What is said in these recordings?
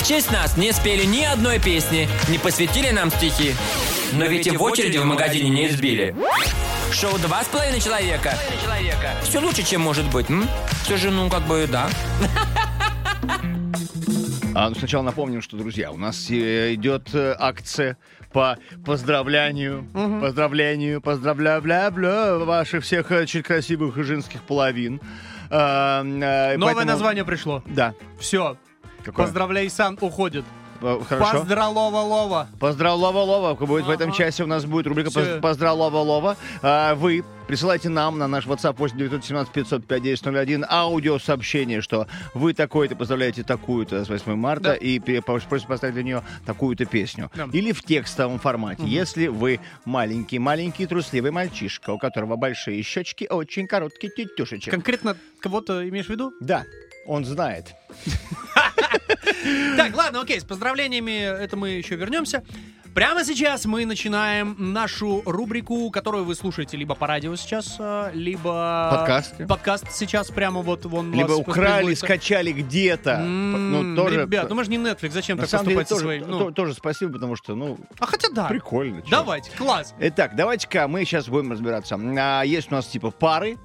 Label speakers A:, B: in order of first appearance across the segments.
A: В честь нас не спели ни одной песни, не посвятили нам стихи. Но ведь и в очереди в магазине не избили. Шоу «Два с половиной человека». Все лучше, чем может быть. М? Все же, ну, как бы, да.
B: А, ну, сначала напомним, что, друзья, у нас э, идет э, акция по поздравлению, поздравлению, поздравляю бля- бля ваших всех э, очень красивых женских половин. А, э,
C: Новое
B: поэтому-
C: название пришло.
B: Да.
C: Все.
B: Какое?
C: Поздравляй сам уходит.
B: Э, Хорошо.
C: Поздралова лова.
B: Поздралова лова будет в этом часе у нас будет рубрика
C: Всё.
B: «Поз- Поздралова лова. А, Вы присылайте нам на наш WhatsApp 8 917 505 1001 аудиосообщение, что вы такой-то поздравляете такую-то с 8 марта и пе- по- просите поставить для нее такую-то песню.
C: Да.
B: Или в текстовом формате. Если вы маленький, маленький трусливый мальчишка, у которого большие щечки, очень короткие тетюшечки.
C: Конкретно кого-то имеешь в виду?
B: Да, он знает.
C: Так, ладно, окей, с поздравлениями это мы еще вернемся. Прямо сейчас мы начинаем нашу рубрику, которую вы слушаете либо по радио сейчас, а, либо...
B: Подкаст.
C: Подкаст сейчас прямо вот вон у
B: Либо
C: вас
B: украли,
C: воспроизводится.
B: скачали где-то.
C: М, Ребят, ну мы же не Netflix, зачем
B: На
C: так
B: самом деле
C: поступать со
B: тоже,
C: своей... ну?
B: то- тоже спасибо, потому что, ну,
C: А хотя да.
B: прикольно. чё.
C: Давайте, класс.
B: Итак, давайте-ка мы сейчас будем разбираться. А, есть у нас типа пары,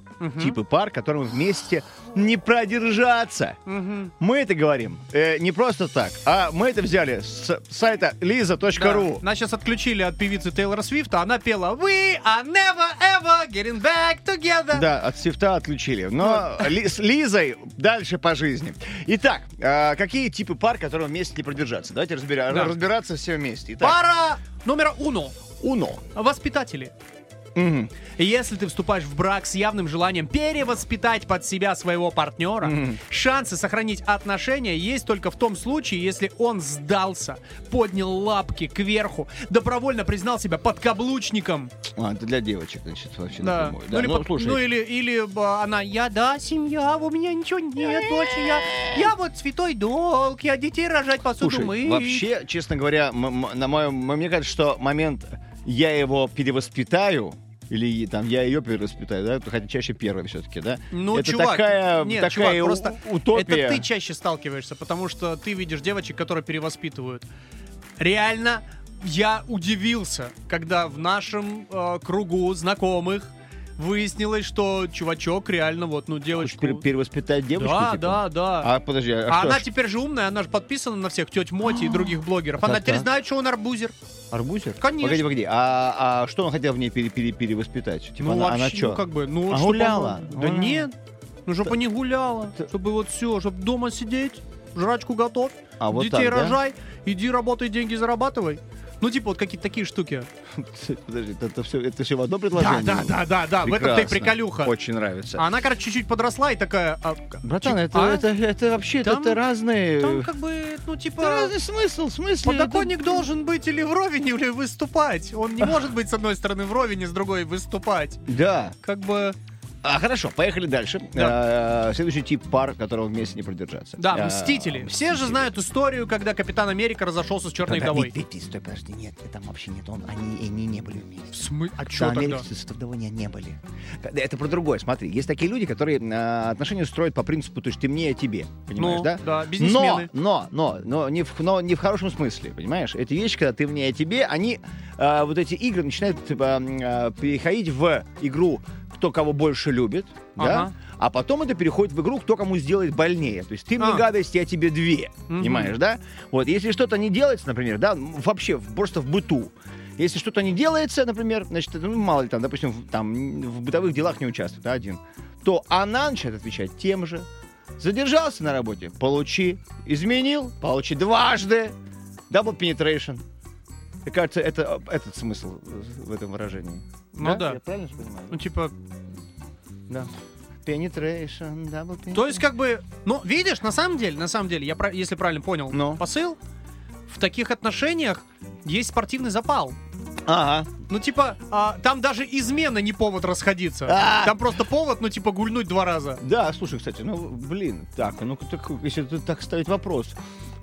B: типы пар, которым вместе не продержаться. Мы это говорим э, не просто так, а мы это взяли с сайта lisa.ru.
C: Да. Нас сейчас отключили от певицы Тейлора Свифта. Она пела We are never ever getting back together.
B: Да, от сифта отключили. Но
C: Ну.
B: Ли- с Лизой дальше по жизни. Итак, а, какие типы пар, которым вместе не продержаться? Давайте разбира-
C: Да.
B: разбираться все вместе. Итак,
C: Пара номер уно.
B: Уно.
C: Воспитатели.
B: Мгм.
C: Если ты вступаешь в брак с явным желанием перевоспитать под себя своего партнера, шансы сохранить отношения есть только в том случае, если он сдался, поднял лапки кверху, добровольно признал себя подкаблучником.
B: А, это для девочек, значит, вообще
C: Да.
B: напрямую.
C: Ну, или, под- ну или, или б, она, я, да, семья, у меня ничего нет больше, я, я вот святой долг, я детей рожать, посуду
B: Слушай,
C: мыть.
B: вообще, честно говоря, м- м- на моем, мне кажется, что момент я его перевоспитаю или е- там я ее перевоспитаю, да, хотя чаще первая все-таки, да.
C: Ну,
B: это
C: чувак,
B: такая,
C: нет,
B: такая
C: чувак,
B: у-
C: просто
B: утопия.
C: это ты чаще сталкиваешься, потому что ты видишь девочек, которые перевоспитывают. Реально, я удивился, когда в нашем э, кругу знакомых выяснилось, что чувачок реально вот, ну,
B: Хочешь
C: девочку...
B: пере- перевоспитать девушку?
C: да,
B: типа?
C: да, да.
B: А подожди, а,
C: А
B: что?
C: она
B: ж,
C: теперь же умная, она же подписана на всех теть Моти и других блогеров. Она
B: Так-так.
C: теперь знает, что он арбузер.
B: Арбузер?
C: Конечно.
B: Погоди, погоди, а, а что он хотел в ней пере- пере- перевоспитать? Типа
C: ну,
B: она,
C: вообще,
B: она что?
C: ну, как бы, ну, вот
B: А
C: чтоб
B: гуляла?
C: она- Да
B: А.
C: нет, ну, чтобы не гуляла,
B: Т-
C: чтобы вот все, чтобы дома сидеть, жрачку готовь,
B: А, вот
C: детей
B: так, да?
C: рожай, иди работай, деньги зарабатывай. Ну, типа, вот какие-то такие штуки.
B: Подожди, это все, это все в одно
C: Да,
B: предложение?
C: да, да, да, да, в этом ты
B: Прекрасно.
C: приколюха.
B: Очень нравится.
C: А она, короче, чуть-чуть подросла и такая... а, к-
B: Братан,
C: чик-
B: это,
C: а?
B: это, это вообще
C: Там-
B: это разные...
C: Там как бы, ну,
B: Да
C: типа...
B: разный смысл, смысл.
C: Подоконник должен быть или вровень, или выступать. Он не может быть с одной стороны вровень, и с другой выступать.
B: Да.
C: Как бы...
B: А, хорошо, поехали дальше. Э, следующий тип пар, которого вместе не продержаться.
C: Да,
B: Э,
C: мстители. Все же знают историю, когда Капитан Америка разошелся с черной
D: Подожди,
C: вдовой.
D: подожди, стой, подожди, нет, там вообще нет, он, они, они не были вместе.
C: В смы- А
D: Да,
C: чё тогда?
D: Америка с Савдовой не- не были.
B: Это про другое, смотри. Есть такие люди, которые э, отношения строят по принципу, то есть ты мне, я тебе. Понимаешь,
C: Ну,
B: да?
C: да,
B: Но,
C: бизнесмены.
B: но, но, но не, в, но не в хорошем смысле, понимаешь? Эти вещи, когда ты мне, я тебе, они, э, вот эти игры начинают типа, э, переходить в игру кто кого больше любит, да?
C: Ага.
B: А потом это переходит в игру, кто кому сделает больнее. То есть ты мне
C: А.
B: гадость, я тебе две.
C: Мгм.
B: Понимаешь, да? Вот, если что-то не делается, например, да, м, вообще в- просто в быту. Если что-то не делается, например, значит, это, ну, мало ли там, допустим, в, там, м, в бытовых делах не участвует, да, один, то она начинает отвечать тем же. Задержался на работе, получи. Изменил, получи дважды. Double penetration. Мне кажется, это, этот смысл в этом выражении.
C: Ну да.
B: Я правильно же понимаю?
C: Ну, типа,
B: Да. Penetration, double penetration.
C: то есть как бы, ну, видишь, на самом деле, на самом деле, я про- если правильно понял
B: Ну.
C: посыл, в таких отношениях есть спортивный запал.
B: Ага.
C: Ну, типа, а, там даже измена не повод расходиться.
B: А.
C: Там просто повод, ну, типа, гульнуть два раза.
B: Да, слушай, кстати, ну, блин, так, ну, так, если ты так ставить вопрос,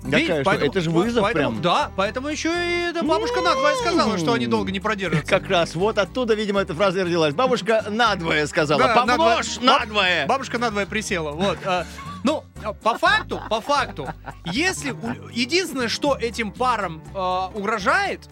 C: Видишь,
B: такая, что,
C: поэтому-
B: это же вызов
C: поэтому-
B: прям.
C: Да, поэтому еще и эта бабушка надвое сказала, что они долго не продержатся.
B: Как раз, вот оттуда, видимо, эта фраза и родилась. Бабушка надвое сказала,
C: Да,
B: помножь
C: надвое.
B: надвое.
C: Бабушка надвое присела. Вот. а, ну, а, э, по факту, по факту, если у- единственное, что этим парам э, угрожает,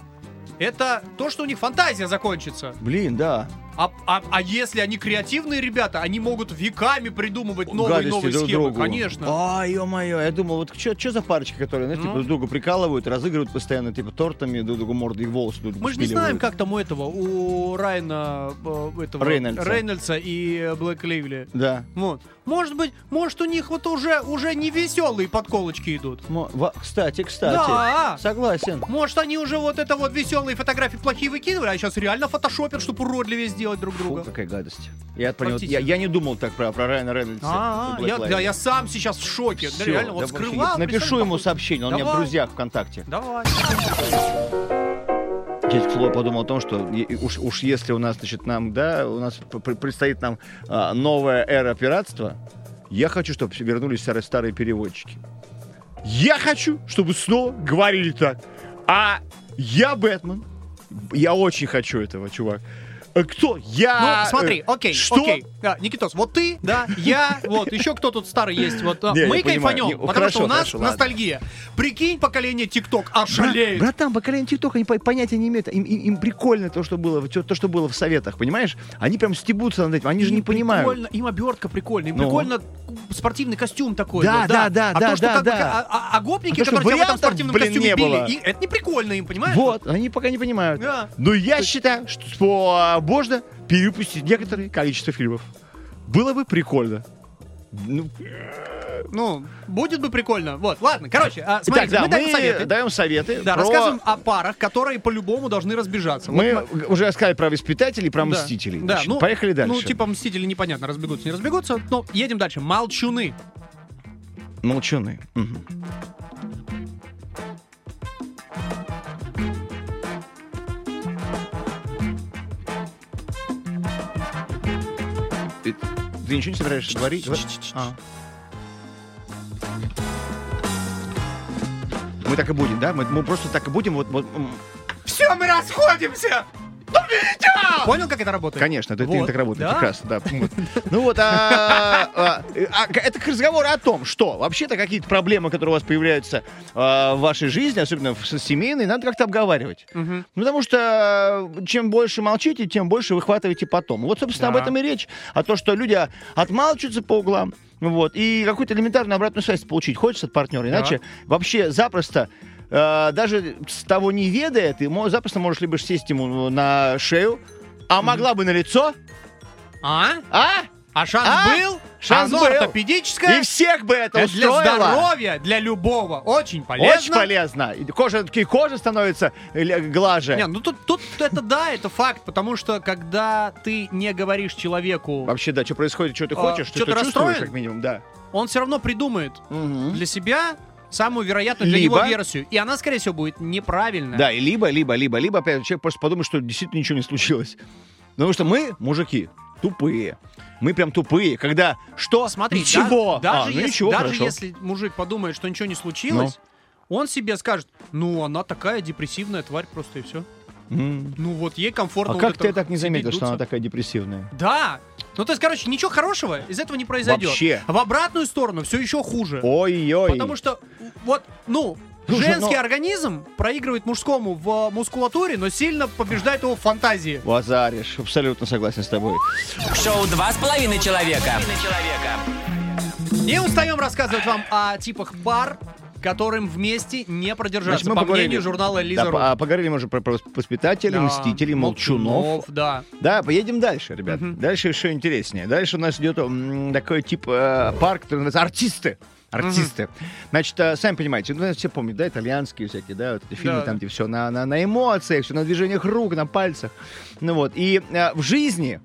C: это то, что у них фантазия закончится.
B: Блин, да.
C: А, а- а если они креативные ребята, они могут веками придумывать новые
B: Гадости
C: новые
B: друг
C: схемы,
B: другу.
C: конечно.
B: А, ё-моё, я думал, вот что за парочки, которые, знаешь,
C: Ну.
B: типа, друг друга прикалывают, разыгрывают постоянно, типа, тортами друг другу морды и волосы друг другу
C: Мы же не
B: спиливают.
C: знаем, как там у этого, у Райна э, этого
B: Рейнольдса.
C: Рейнольдса и э, Блэка Ливли.
B: Да.
C: Вот. Может быть, может у них вот уже уже не веселые подколочки идут.
B: Мо- во- Кстати, кстати.
C: Да. а?
B: Согласен.
C: Может, они уже вот это вот веселые фотографии плохие выкидывали, а сейчас реально фотошопят, чтобы уродливее сделать друг
B: Фу,
C: друга.
B: какая гадость. Я, про него- я,
C: Отвратительно.
B: я не думал так про, про Райана Рейнольдса.
C: А,
B: и Блэк
C: я,
B: Лайвли.
C: да, я сам сейчас в шоке. Да
B: Всё,
C: реально, вот
B: да вообще,
C: скрывал.
B: я Напишу
C: представь,
B: ему
C: какой-
B: сообщение, он у меня в
C: Давай.
B: друзьях ВКонтакте.
C: Давай.
B: Дядька Фло подумал о том, что е- и уж, уж если у нас, значит, нам, да, у нас пр- пр- предстоит нам а, новая эра пиратства, я хочу, чтобы вернулись старые, старые переводчики. Я хочу, чтобы снова говорили так. А я Бэтмен. Я очень хочу этого, чувак. Э, Кто? Я...
C: Ну, смотри,
B: э,
C: окей,
B: что?
C: окей. Да, Никитос, вот ты, да, я, вот, еще кто тут старый есть, вот, а,
B: Не, я
C: мы
B: понимаю.
C: кайфанем,
B: Не,
C: потому
B: хорошо,
C: что у нас
B: хорошо, ладно.
C: ностальгия. Прикинь, поколение ТикТок ошалеет.
B: Братан, поколение ТикТока они по- понятия не имеют. Им, им- им прикольно то, что было, в- то, что было в советах, понимаешь? Они прям стебутся над этим, они же
C: Им
B: не понимают.
C: прикольно, Им обертка прикольная, им
B: Ну.
C: прикольно спортивный костюм такой.
B: Да,
C: был,
B: да, да,
C: а
B: да,
C: то, что
B: да,
C: как бы,
B: да.
C: а- а- а гопники,
B: А то, что
C: которые тебя в этом
B: вариантов,
C: спортивном
B: блин,
C: костюме
B: не было.
C: били, и это не прикольно им, понимаешь?
B: Вот, они пока не понимают.
C: Да.
B: Но я считаю, что можно перепустить некоторое количество фильмов. Было бы прикольно. Ну,
C: Ну, будет бы прикольно. Вот, ладно, короче, а, смотрите,
B: Итак,
C: мы
B: да,
C: даем советы.
B: даем советы.
C: Да,
B: про-
C: рассказываем о парах, которые по-любому должны разбежаться. Вот
B: Мы уже сказали про воспитателей, про
C: Да.
B: мстителей.
C: Да,
B: Значит, Поехали дальше.
C: Ну, типа, мстители непонятно, разбегутся, не разбегутся. Ну, едем дальше. Молчуны.
B: Молчуны. Мгм. Ты, ты ничего не собираешься говорить? А. Мы так и будем, да? Мы, мы просто так и будем. Вот, вот, м,
C: Все, мы расходимся! Понял, как это работает?
B: конечно, это ты
C: Вот.
B: так работает.
C: Да?
B: Прекрасно, да. Вот. Ну вот, а, а, а, к- это к разговору о том, что вообще-то какие-то проблемы, которые у вас появляются а, в вашей жизни, особенно в с- семейной, надо как-то обговаривать.
C: Мгм.
B: Ну, Потому что э, чем больше молчите, тем больше выхватываете потом. Вот, собственно, об
C: Да.
B: этом и речь. О том, что люди отмалчиваются по углам, вот, и какую-то элементарную обратную связь получить хочется от партнера. Иначе вообще запросто, э, даже с того не ведая, ты мо- запросто можешь либо сесть ему на шею, а могла бы на лицо,
C: А?
B: а?
C: А шанс
B: А?
C: был?
B: Шанс
C: Оно
B: был.
C: ортопедическое?
B: И всех бы это
C: Это для
B: устроило.
C: здоровья, для любого. Очень полезно.
B: Очень полезно. И Кожа, такие кожи становится э, глаже.
C: Не, ну тут, тут это да, это факт, потому что когда ты не говоришь человеку,
B: Вообще, да, что происходит, что ты
C: А,
B: хочешь, ты
C: чё ты
B: чувствуешь,
C: расстроен?
B: как минимум, да.
C: он все равно придумает для себя самую вероятную для
B: Либо-
C: него версию. И она, скорее всего, будет неправильная.
B: Да, и либо, либо, либо, либо, опять же, человек просто подумает, что действительно ничего не случилось. Потому что мы, мужики, тупые. Мы прям тупые, когда что?
C: Смотри, да-
B: ничего.
C: даже,
B: А, ну
C: если,
B: ничего,
C: даже
B: хорошо.
C: если мужик подумает, что ничего не случилось, он себе скажет, ну, она такая депрессивная тварь просто и все.
B: М.
C: Ну, вот ей комфортно.
B: А
C: вот
B: как
C: это
B: ты так не
C: сидеть,
B: заметил, что она
C: дуться.
B: такая депрессивная?
C: Да. Ну, то есть, короче, ничего хорошего из этого не произойдет.
B: Вообще.
C: В обратную сторону все еще хуже.
B: Ой-ой.
C: Потому что, вот, ну,
B: Слушай,
C: женский
B: но-
C: организм проигрывает мужскому в э, мускулатуре, но сильно побеждает его в фантазии.
B: Базаришь, абсолютно согласен с тобой.
A: Шоу «Два с половиной человека».
C: Не устаем рассказывать вам о типах пар, которым вместе не продержаться,
B: Значит, мы
C: по
B: поговорили-
C: мнению журнала
B: Да,
C: Лиза.ру.
B: по- а, поговорили мы уже про, про воспитателей,
C: Да,
B: мстителей, молчунов.
C: Да.
B: Да, поедем дальше, ребят.
C: Мгм.
B: Дальше еще интереснее. Дальше у нас идет м, такой тип э, пар, который называется артисты. Артисты. Значит, э, сами понимаете, ну, все помнят, да, итальянские всякие, да, вот эти фильмы,
C: Да,
B: там,
C: да.
B: где все на, на, на эмоциях, все на движениях рук, на пальцах. Ну вот. И э, в жизни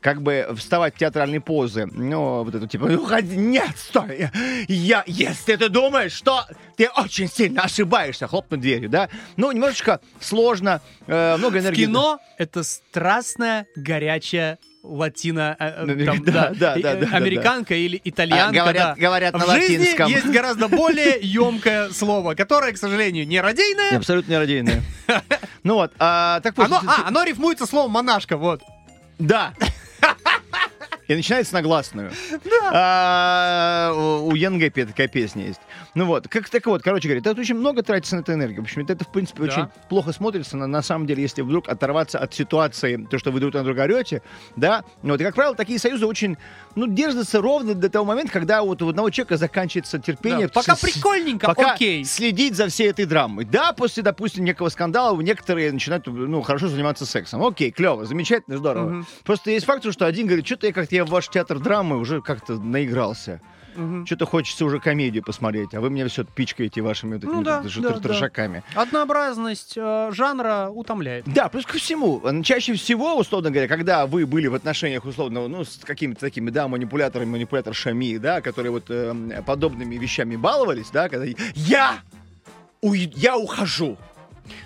B: как бы вставать в театральные позы. Ну, вот это типа, «Ну, ходи- нет, стой! Я, если ты думаешь, что ты очень сильно ошибаешься, хлопнуть дверью, да? Ну, немножечко сложно, э, много
C: В
B: энергии.
C: кино это страстная, горячая латино... э, э, там,
B: Да,
C: да,
B: да,
C: и,
B: да,
C: э,
B: да, да.
C: Американка или итальянка.
B: А, говорят-
C: да.
B: говорят
C: В
B: на
C: жизни
B: латинском.
C: есть гораздо более емкое слово, которое, к сожалению, не
B: Не,
C: родийное.
B: Абсолютно нерадийные. Ну вот, а, так вот.
C: Оно,
B: т- т-
C: а, оно рифмуется словом монашка, вот.
B: Да. И начинается на гласную. А, У у Янгепи такая песня есть. Ну вот, как так вот, короче говоря, тут очень много тратится на эту энергию. В общем, это, в принципе, очень плохо смотрится, на, на самом деле, если вдруг оторваться от ситуации, то, что вы друг на друга орете, да, Ну вот, и, как правило, такие союзы очень, ну, держатся ровно до того момента, когда вот у одного человека заканчивается терпение.
C: Да, пока
B: С-
C: прикольненько,
B: пока
C: окей.
B: следить за всей этой драмой. Да, после, допустим, некого скандала некоторые начинают, ну, хорошо заниматься сексом. Окей, клево, замечательно, здорово.
C: Мгм.
B: Просто есть факт, что один говорит, что-то я как-то я в ваш театр драмы уже как-то наигрался.
C: Мгм.
B: Что-то хочется уже комедию посмотреть, а вы меня все пичкаете вашими вот этими
C: Ну да,
B: тр- тр-
C: да, да.
B: трешаками.
C: Однообразность э, жанра утомляет.
B: Да, плюс ко всему, э, чаще всего, условно говоря, когда вы были в отношениях, условно, ну, с какими-то такими, да, манипуляторами, манипуляторшами, да, которые вот эм, подобными вещами баловались, да, когда я, уй- я ухожу.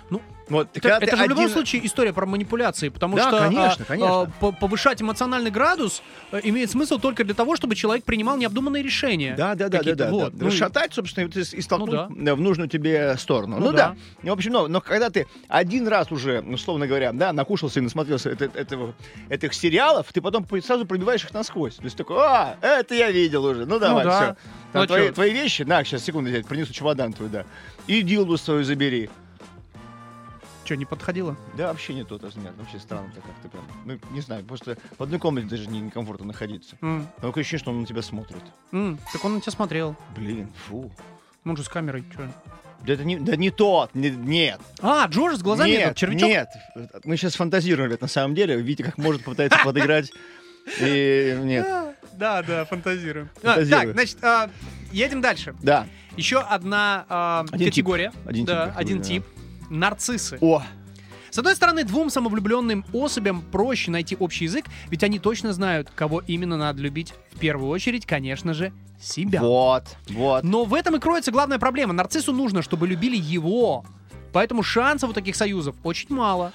C: Ну,
B: вот,
C: Это,
B: когда
C: это
B: ты
C: же в любом
B: один-
C: случае история про манипуляции, потому
B: Да,
C: что
B: конечно,
C: а,
B: конечно.
C: а, по- повышать эмоциональный градус э, имеет смысл только для того, чтобы человек принимал необдуманные решения.
B: Да, да, да, да,
C: какие-то,
B: да.
C: вот.
B: да.
C: Ну и-
B: Расшатать, собственно, и вот и столкнуть
C: Ну
B: в нужную тебе сторону.
C: Ну
B: Ну, да. В общем, но, но когда ты один раз уже, ну, условно говоря, да, накушался и насмотрелся это- этого, этих сериалов, ты потом по- сразу пробиваешь их насквозь. То есть такой, а, это я видел уже. Ну давай,
C: да.
B: все.
C: Ну, а
B: твои,
C: чё?
B: твои вещи, на, сейчас, секунду, я принесу чемодан твой, да. И дилду свою забери.
C: Чё, не подходило?
B: Да, вообще не тот размер. Вообще странно так как-то прям. Ну, не знаю, просто в одной комнате даже не- некомфортно находиться.
C: М,
B: Такое ощущение, что он на тебя смотрит.
C: м, так он на тебя смотрел.
B: Блин, фу.
C: Он же с камерой. чё.
B: Да это не, да не тот, не- нет.
C: А, Джордж с глазами
B: нет,
C: этот червячок.
B: Нет, мы сейчас фантазируем, на самом деле. Видите, как может пытается подыграть. И нет,
C: Да, да, фантазируем.
B: Фантазирую.
C: так, значит, а, едем дальше.
B: да.
C: Еще одна а,
B: Один тип.
C: категория.
B: Один
C: да,
B: тип, как
C: один
B: бы, да.
C: тип. Нарциссы.
B: О,
C: С одной стороны, двум самовлюбленным особям проще найти общий язык, ведь они точно знают, кого именно надо любить. В первую очередь, конечно же, себя.
B: вот, вот.
C: Но в этом и кроется главная проблема. Нарциссу нужно, чтобы любили его. Поэтому шансов у таких союзов очень мало.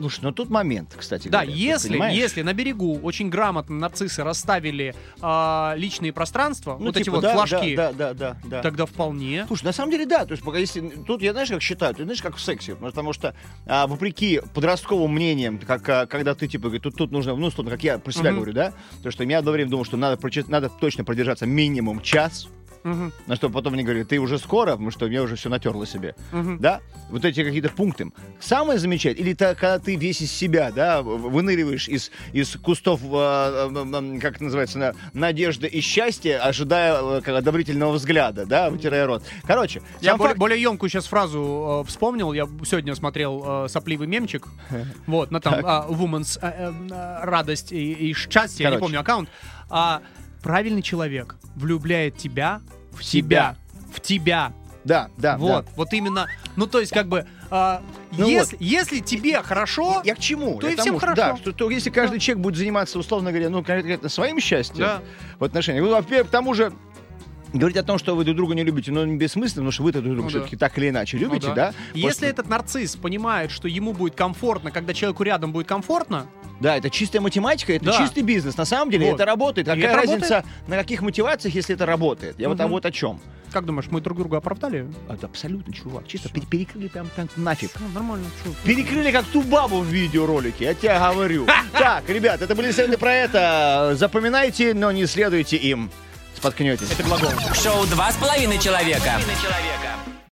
B: Слушай, ну тут момент, кстати.
C: Да,
B: говоря, ты
C: если,
B: понимаешь?
C: если на берегу очень грамотно нарциссы расставили а, личные пространства,
B: Ну,
C: вот эти
B: типа,
C: вот
B: да,
C: флажки,
B: Да, да, да, да, да.
C: тогда вполне.
B: Слушай, на самом деле, да. То есть, пока если тут я знаешь, как считаю, ты знаешь, как в сексе, потому что а, вопреки подростковым мнениям, как а, когда ты типа говорит, тут, тут нужно, ну, условно, как я про себя
C: Мгм.
B: говорю, да, то что я одно время думал, что надо, прочи- надо точно продержаться минимум час,
C: Мгм,
B: на что потом мне говорили, ты уже скоро, потому что я уже все натерло себе.
C: мгм.
B: да, вот эти какие-то пункты. Самое замечательное, или та- когда ты весь из себя, да, в- выныриваешь из, из кустов, э, э, м, как это называется, на- надежды и счастья, ожидая э, как одобрительного взгляда, да, вытирая рот. Короче,
C: Я
B: сам
C: более,
B: факт-
C: более емкую сейчас фразу э, вспомнил. Я сегодня смотрел э, сопливый мемчик. Вот, на там а, Woman's э, э, радость и, и счастье, я не
B: Короче.
C: помню аккаунт. А, правильный человек влюбляет тебя в себя. В тебя.
B: Да, да,
C: вот,
B: А, да.
C: вот именно. Ну, то есть, как бы, а,
B: Ну
C: если, если тебе хорошо,
B: Я к чему?
C: То
B: Я
C: и
B: к тому,
C: всем
B: что,
C: хорошо.
B: Да, что, то если каждый человек будет заниматься, условно говоря, ну, конкретно своим счастьем
C: Да.
B: в отношениях, ну, во-первых, к тому же Говорить о том, что вы друг друга не любите, ну, бессмысленно, потому что вы друг друга
C: Ну да.
B: все-таки так или иначе
C: ну
B: любите,
C: да.
B: да?
C: Если
B: После-
C: этот нарцисс понимает, что ему будет комфортно, когда человеку рядом будет комфортно,
B: Да, это чистая математика, это
C: Да.
B: чистый бизнес. На самом деле
C: Вот.
B: это работает.
C: И
B: Какая
C: это
B: разница, на каких мотивациях, если это работает? Я вот, а
C: Мгм.
B: вот о чем.
C: как думаешь, мы друг друга оправдали?
B: Это абсолютно, чувак. Чисто пере- перекрыли прям, прям нафиг.
C: Ну, нормально, чё?
B: Перекрыли как ту бабу в видеоролике, я тебе говорю. Так, ребят, это были советы про это. Запоминайте, но не следуйте им. Споткнетесь.
A: Шоу «Два с половиной человека».